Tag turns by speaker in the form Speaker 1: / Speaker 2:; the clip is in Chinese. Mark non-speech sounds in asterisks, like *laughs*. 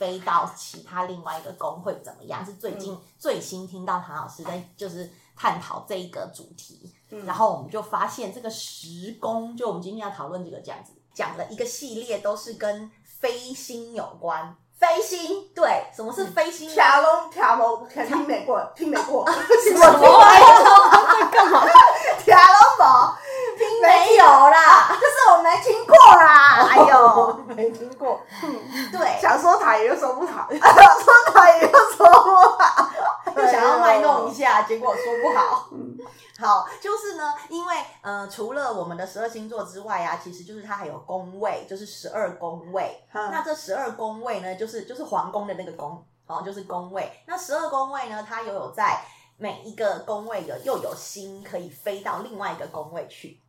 Speaker 1: 飞到其他另外一个工会怎么
Speaker 2: 嗯
Speaker 1: 样？是最近、最新听到唐老师在就是探讨这一个主题，
Speaker 2: 嗯
Speaker 1: 然后我们就发现这个时工，就我们今天要讨论这个这样子讲了一个系列，都是跟飞星有关。飞星，对，什么是
Speaker 2: 嗯
Speaker 1: 飞星？
Speaker 2: travel travel 可能听没过，听没过，
Speaker 1: 什
Speaker 2: 什
Speaker 1: 么玩意儿？
Speaker 2: travel 宝，听
Speaker 1: 没有
Speaker 2: *laughs*
Speaker 1: 啦，
Speaker 2: 就是我没听过
Speaker 1: *laughs*
Speaker 2: 啦，哎呦，没听 *laughs* 过，
Speaker 1: 对，
Speaker 2: *laughs* 想说台语又说不好，说台语又说不好，
Speaker 1: 又想要卖弄一下，
Speaker 2: 下，
Speaker 1: 结果说不好。好，就是呢，因为呃，除了我们的十二星座之外啊，其实就是它还有宫位，就是十二宫位。那
Speaker 2: 那
Speaker 1: 这十二宫位呢，就是就是皇宫的那个宫哦，就是宫位。那十二宫位呢，它又有在每一个宫位有又有星可以飞到另外一个宫位去。